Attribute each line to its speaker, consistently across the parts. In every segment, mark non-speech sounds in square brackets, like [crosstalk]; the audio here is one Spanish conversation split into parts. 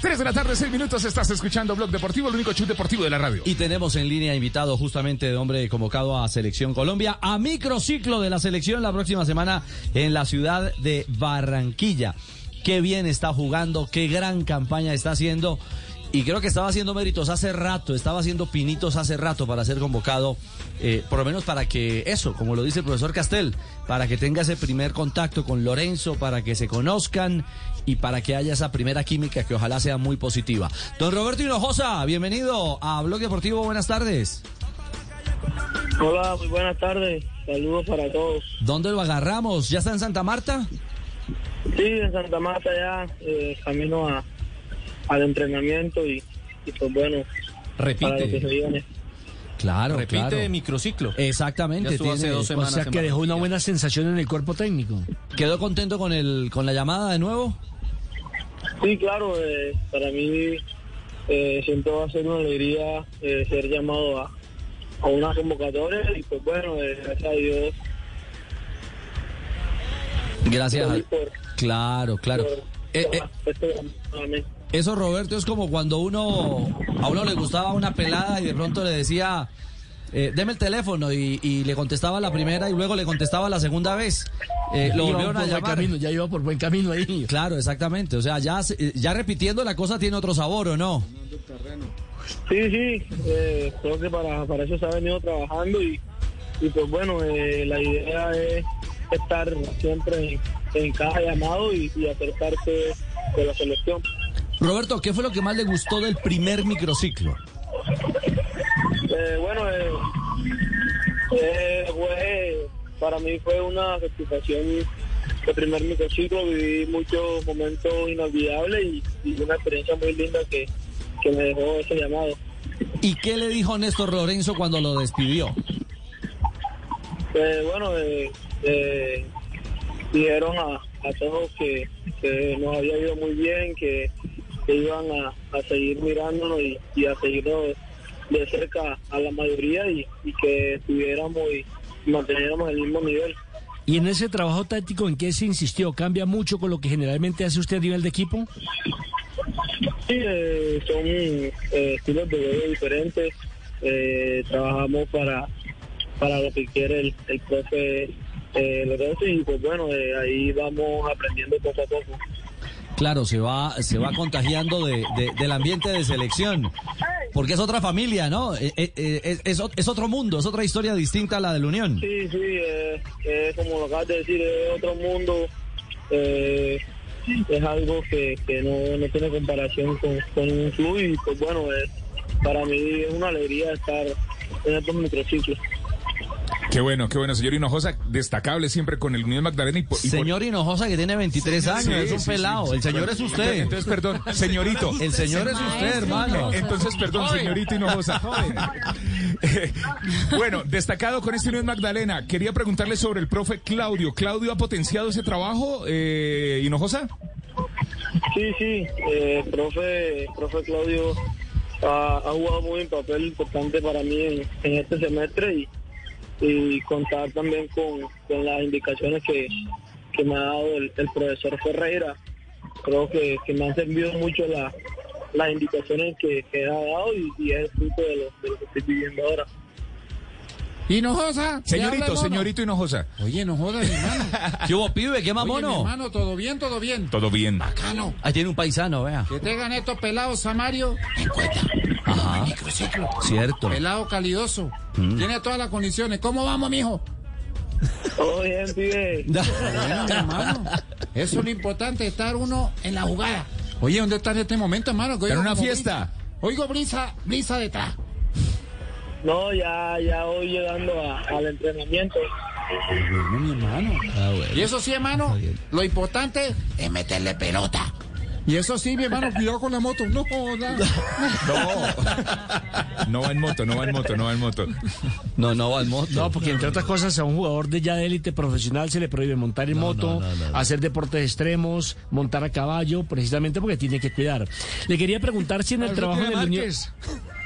Speaker 1: 3 de la tarde, 6 minutos, estás escuchando Blog Deportivo, el único show deportivo de la radio.
Speaker 2: Y tenemos en línea invitado justamente de hombre convocado a Selección Colombia, a microciclo de la selección la próxima semana en la ciudad de Barranquilla. Qué bien está jugando, qué gran campaña está haciendo. Y creo que estaba haciendo méritos hace rato, estaba haciendo pinitos hace rato para ser convocado, eh, por lo menos para que eso, como lo dice el profesor Castel, para que tenga ese primer contacto con Lorenzo, para que se conozcan y para que haya esa primera química que ojalá sea muy positiva. Don Roberto Hinojosa, bienvenido a Blog Deportivo, buenas tardes.
Speaker 3: Hola, muy buenas tardes, saludos para todos.
Speaker 2: ¿Dónde lo agarramos? ¿Ya está en Santa Marta?
Speaker 3: Sí, en Santa Marta ya, eh, camino a al entrenamiento y, y, pues bueno,
Speaker 4: repite.
Speaker 3: Para lo que se viene.
Speaker 2: Claro,
Speaker 4: repite
Speaker 2: claro. Eh,
Speaker 4: microciclo.
Speaker 2: Exactamente,
Speaker 4: tiene, hace dos semanas.
Speaker 5: O sea que dejó una buena sensación en el cuerpo técnico.
Speaker 2: ¿Quedó contento con el con la llamada de nuevo?
Speaker 3: Sí, claro, eh, para mí eh, siempre va a ser una alegría eh, ser llamado a, a una convocatoria y pues bueno, gracias a Dios.
Speaker 2: Gracias. A... Claro, claro. Eh,
Speaker 3: Por, este por,
Speaker 2: eso, Roberto, es como cuando uno a uno le gustaba una pelada y de pronto le decía, eh, deme el teléfono y, y, le contestaba la primera y luego le contestaba la segunda vez. Eh, lo volvieron a llamar.
Speaker 5: Camino, ya iba por buen camino ahí.
Speaker 2: Claro, exactamente. O sea, ya, ya repitiendo la cosa tiene otro sabor, ¿o no?
Speaker 3: Sí, sí. Eh, creo que para, para eso se ha venido trabajando y, y pues bueno, la idea es estar siempre en, en cada llamado y, y acercarse de la selección.
Speaker 2: Roberto, ¿qué fue lo que más le gustó del primer microciclo?
Speaker 3: Eh, bueno, eh, eh, fue, para mí fue una satisfacción el primer microciclo, viví muchos momentos inolvidables y, y una experiencia muy linda que, que, me dejó ese llamado.
Speaker 2: ¿Y qué le dijo Néstor Lorenzo cuando lo despidió?
Speaker 3: bueno, dijeron a, a todos que, que nos había ido muy bien, que que iban a, a, seguir mirándonos y, y a seguirnos de cerca a la mayoría y, y que estuviéramos y manteniéramos el mismo nivel.
Speaker 5: ¿Y en ese trabajo táctico en qué se insistió? ¿Cambia mucho con lo que generalmente hace usted a nivel de equipo?
Speaker 3: Sí, eh, son eh, estilos de juego diferentes. Eh, trabajamos para, para lo que quiere el, el profe Lorenzo y pues bueno, ahí vamos aprendiendo poco a poco.
Speaker 2: Claro, se va, se va contagiando de, de, del ambiente de selección. Porque es otra familia, ¿no? Es, es, es, es, otro mundo, es otra historia distinta a la de la Unión.
Speaker 3: Sí, sí, eh, eh, como lo acabas de decir, es otro mundo. Eh, es algo que, que no, no, tiene comparación con, con un club y pues bueno, para mí es una alegría estar en estos microciclos.
Speaker 1: Qué bueno, qué bueno, señor Hinojosa, destacable siempre con el Unión Magdalena. Y, por, y
Speaker 2: señor por... Hinojosa que tiene 23 años, sí, es un sí, pelado, sí, el señor es usted.
Speaker 1: Entonces, perdón, señorito.
Speaker 2: El señor es usted, hermano.
Speaker 1: Entonces, perdón, señorito Hinojosa. [laughs] bueno, destacado con este Unión Magdalena, quería preguntarle sobre el profe Claudio. ¿Claudio ha potenciado ese trabajo, eh, Hinojosa?
Speaker 3: Sí, sí, eh, profe, profe Claudio ha, ha, jugado muy un papel importante para mí en, en este semestre y y contar también con, con las indicaciones que, que, me ha dado el, el profesor Ferreira. Creo que, que, me han servido mucho la, las indicaciones que, que, ha dado y, y es el fruto de lo, de lo, que estoy viviendo ahora.
Speaker 1: Hinojosa. Señorito, señorito Ah, Hinojosa.
Speaker 5: Oye, no jodas,
Speaker 1: [laughs]
Speaker 5: hermano.
Speaker 2: ¿Qué hubo, pibe? ¿Qué mamono?
Speaker 5: Oye, mi hermano, todo bien, todo bien.
Speaker 1: Todo bien.
Speaker 5: Bacano.
Speaker 2: Ahí tiene un paisano, vea.
Speaker 5: Que tengan estos pelados, Samario. En cuenta.
Speaker 2: Ajá.
Speaker 5: Microciclo.
Speaker 2: Cierto.
Speaker 5: Pelado calidoso. Mm. Tiene todas las condiciones. ¿Cómo vamos,
Speaker 1: [laughs]
Speaker 5: mijo?
Speaker 3: Todo bien, pibe. No.
Speaker 5: Bueno, mi hermano. Eso es lo importante, estar uno en la jugada. Oye, ¿dónde estás en este momento, hermano?
Speaker 1: En una fiesta.
Speaker 5: Brisa. Oigo brisa, brisa detrás.
Speaker 3: No, ya, ya voy llegando a, al entrenamiento.
Speaker 5: Bueno, mi hermano. Ah, bueno. Y eso sí, hermano, lo importante es meterle pelota. Y eso sí, mi hermano, cuidado con la moto. No, joda.
Speaker 1: [laughs] No. No va en moto, no va en moto, no va en moto.
Speaker 2: No, no va en moto.
Speaker 4: No, porque entre otras cosas a un jugador de ya de élite profesional se le prohíbe montar en moto, hacer deportes extremos, montar a caballo, precisamente porque tiene que cuidar. Le quería preguntar si en el
Speaker 5: Alberto
Speaker 4: trabajo en el Unión,
Speaker 5: Márquez.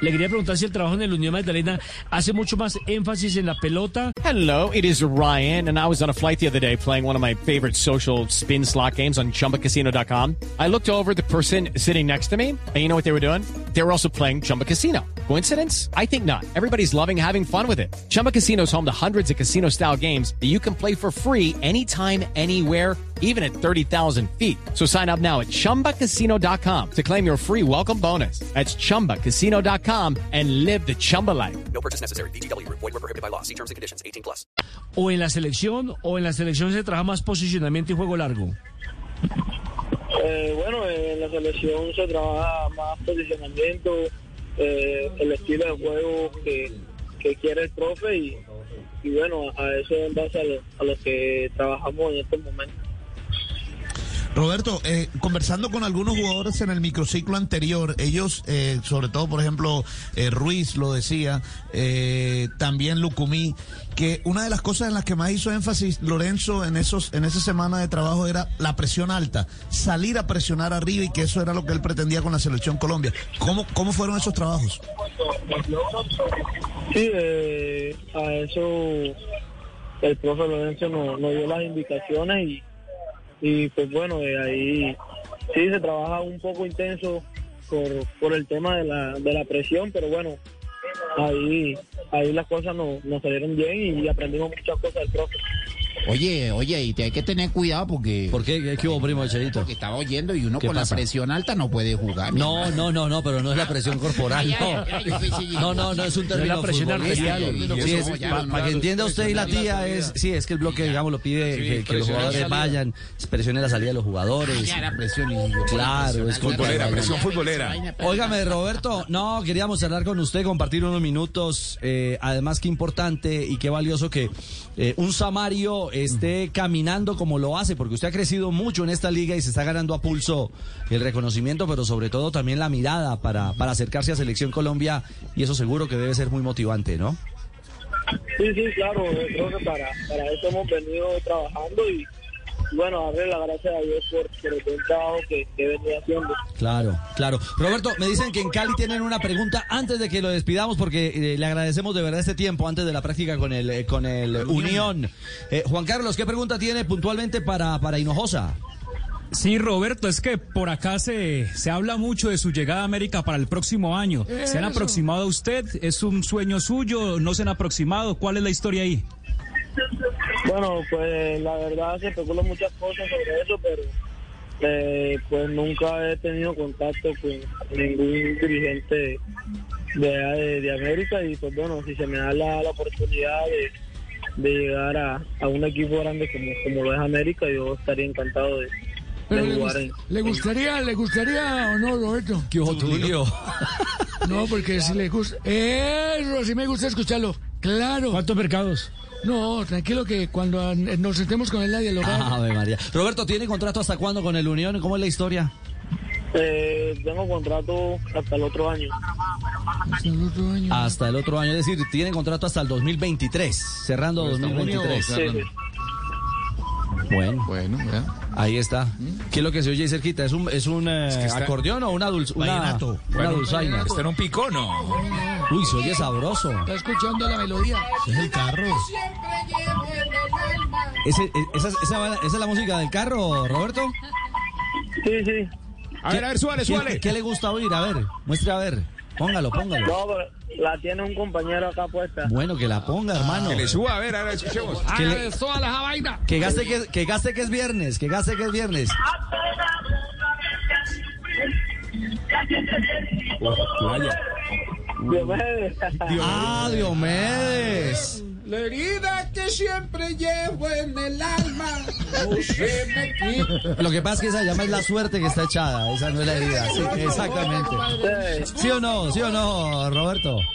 Speaker 4: le quería preguntar si el trabajo en el Unión Magdalena hace mucho más énfasis en la pelota.
Speaker 6: Hello, it is Ryan, and I was on a flight the other day playing one of my favorite social spin slot games on chumbacasino.com. I looked over at the person sitting next to me, and you know what they were doing? They were also playing Chumba Casino. Coincidence? I think not. Everybody's loving having fun with it. Chumba Casino is home to hundreds of casino style games that you can play for free anytime, anywhere even at 30,000 feet. So sign up now at ChumbaCasino.com to claim your free welcome bonus. That's ChumbaCasino.com and live the Chumba life.
Speaker 4: o en la selección o en la selección se trabaja más posicionamiento y juego largo.
Speaker 3: Eh, bueno, en la selección se trabaja más posicionamiento, eh, el estilo de juego que, que quiere el profe y, y bueno, a eso es en base a lo, a lo que trabajamos en estos momentos.
Speaker 7: Roberto, eh, conversando con algunos jugadores en el microciclo anterior, ellos, eh, sobre todo, por ejemplo, eh, Ruiz lo decía, eh, también Lucumí, que una de las cosas en las que más hizo énfasis Lorenzo en esos, en esa semana de trabajo era la presión alta, salir a presionar arriba y que eso era lo que él pretendía con la selección Colombia. ¿Cómo, cómo fueron esos trabajos?
Speaker 3: Sí, eh, a eso el profe Lorenzo nos, nos dio las indicaciones y, y pues bueno, eh, ahí sí se trabaja un poco intenso por, por el tema de la, de la presión, pero bueno, ahí, ahí las cosas nos, nos salieron bien y aprendimos muchas cosas del profe.
Speaker 5: Oye, oye, y te hay que tener cuidado porque.
Speaker 2: ¿Por qué? ¿Qué- ¿Qué hubo, primo Cherito?
Speaker 5: Porque estaba oyendo y uno
Speaker 2: ¿Qué
Speaker 5: con
Speaker 2: pasa?
Speaker 5: la presión alta no puede jugar. mi
Speaker 2: No,
Speaker 5: hermano.
Speaker 2: no, no, no, pero no es la presión corporal.
Speaker 5: Ay, ay, ay, yo pensé-
Speaker 2: No, no, no, no es un
Speaker 4: No es
Speaker 2: término
Speaker 4: la presión
Speaker 2: futbolístico.
Speaker 4: arterial.
Speaker 5: y
Speaker 2: Sí,
Speaker 5: eso,
Speaker 2: es-
Speaker 5: ya,
Speaker 2: pa-
Speaker 5: no,
Speaker 2: para que
Speaker 5: no,
Speaker 2: entienda
Speaker 5: no,
Speaker 2: usted y la
Speaker 5: presionar la
Speaker 2: tía es,
Speaker 5: salida.
Speaker 2: sí, es que el bloque, digamos, lo pide
Speaker 1: Sí,
Speaker 2: que, que los
Speaker 1: presionar
Speaker 2: jugadores
Speaker 5: la salida.
Speaker 2: vayan, presionen la salida de los jugadores.
Speaker 5: Ya era presión. y-
Speaker 2: Claro, es
Speaker 1: Futbolera,
Speaker 2: futbolera,
Speaker 1: presión futbolera.
Speaker 2: Óigame, Roberto, no, queríamos hablar con usted, compartir unos minutos. eh, además, qué importante y qué valioso que eh, un Samario esté caminando como lo hace, porque usted ha crecido mucho en esta liga y se está ganando a pulso el reconocimiento, pero sobre todo también la mirada para, para acercarse a Selección Colombia, y eso seguro que debe ser muy motivante, ¿no?
Speaker 3: Sí, sí, claro, yo creo que para, para eso hemos venido trabajando y bueno, darle las gracias a Dios por, por el buen trabajo que, que venía haciendo.
Speaker 2: Claro, claro. Roberto, me dicen que en Cali tienen una pregunta antes de que lo despidamos porque eh, le agradecemos de verdad este tiempo antes de la práctica con el eh, con el Unión. Eh, Juan Carlos, ¿qué pregunta tiene puntualmente para para Hinojosa?
Speaker 8: Sí, Roberto, es que por acá se, se habla mucho de su llegada a América para el próximo año. ¿Se han aproximado a usted? ¿Es un sueño suyo? ¿No se han aproximado? ¿Cuál es la historia ahí?
Speaker 3: Bueno, pues la verdad se especulan muchas cosas sobre eso, pero eh, pues nunca he tenido contacto con ningún dirigente de, allá de, de América y pues bueno, si se me da la, la oportunidad de, de llegar a, a un equipo grande como, como lo es América, yo estaría encantado de, de
Speaker 9: Pero le,
Speaker 3: jugar
Speaker 9: gust-
Speaker 3: en-
Speaker 9: le gustaría, le gustaría o no, Roberto.
Speaker 2: ¿Qué ojo Tulio?
Speaker 9: No, porque si le gusta. Eso, si me gusta escucharlo. Claro.
Speaker 4: ¿Cuántos mercados?
Speaker 9: No, tranquilo que cuando ah, nos sentemos con él a dialogar.
Speaker 2: Ah, Ave María. Roberto, ¿tiene contrato hasta cuándo con el Unión? ¿Cómo es la historia?
Speaker 3: Eh, tengo contrato hasta el otro año.
Speaker 9: hasta el otro año.
Speaker 2: Hasta el otro año, es decir, tiene contrato hasta el 2023, cerrando
Speaker 1: Pues,
Speaker 2: 2023.
Speaker 3: Sí, sí.
Speaker 2: Bueno,
Speaker 5: Bueno, ya.
Speaker 2: ahí está. ¿Qué es lo que se oye ahí cerquita? ¿Es un es un eh,
Speaker 1: que está-
Speaker 2: acordeón o una dulce una,
Speaker 7: Vallenato.
Speaker 2: una
Speaker 1: Bueno,
Speaker 2: dulzaina?
Speaker 1: ¿Está en un pico no?
Speaker 2: Uy, se oye sabroso.
Speaker 9: Está escuchando la melodía.
Speaker 7: Es el carro.
Speaker 2: Ese- e- esa, esa va- esa es la música del carro, Roberto?
Speaker 3: Sí, sí.
Speaker 1: A ver, a ver, suale,
Speaker 2: ¿Qué,
Speaker 1: suale.
Speaker 2: qué le gusta oír? A ver, muestre a ver. Póngalo, póngalo.
Speaker 3: No, pero la tiene un compañero acá puesta.
Speaker 2: Bueno, que la ponga, hermano.
Speaker 1: Que le suba, a ver, a ver, escuchemos.
Speaker 2: Que, le-
Speaker 9: toda la vaina.
Speaker 2: que gaste que, que gaste que es viernes, que gaste que es viernes.
Speaker 3: Diomedes.
Speaker 2: Ah, Diomedes.
Speaker 5: La herida que siempre llevo en el alma. No se me quita.
Speaker 2: Lo que pasa es que esa llama es la suerte que está echada, esa no es la herida. Sí, exactamente. ¿Sí o no? ¿Sí o no, Roberto?
Speaker 3: [laughs]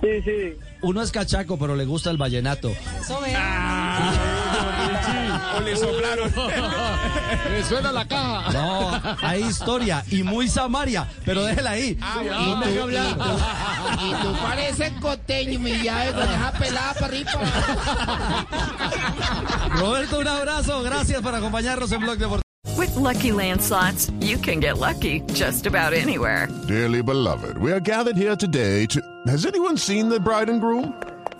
Speaker 3: Sí, sí.
Speaker 2: Uno es cachaco, pero le gusta el vallenato.
Speaker 10: O le soplaron.
Speaker 7: [laughs]
Speaker 6: Me suena la caja.
Speaker 1: No, hay historia y muy Samaria, pero déjela ahí.
Speaker 6: bueno.
Speaker 1: Y tú-
Speaker 9: [laughs]
Speaker 6: Y tú pareces costeño, mi llave, con esa pelada para arriba.
Speaker 1: Roberto, un abrazo. Gracias por acompañarnos en Blog Deportivo.
Speaker 11: With Lucky Land slots, you can get lucky just about anywhere.
Speaker 5: Dearly beloved, we are gathered here today to. Has anyone seen the bride and groom?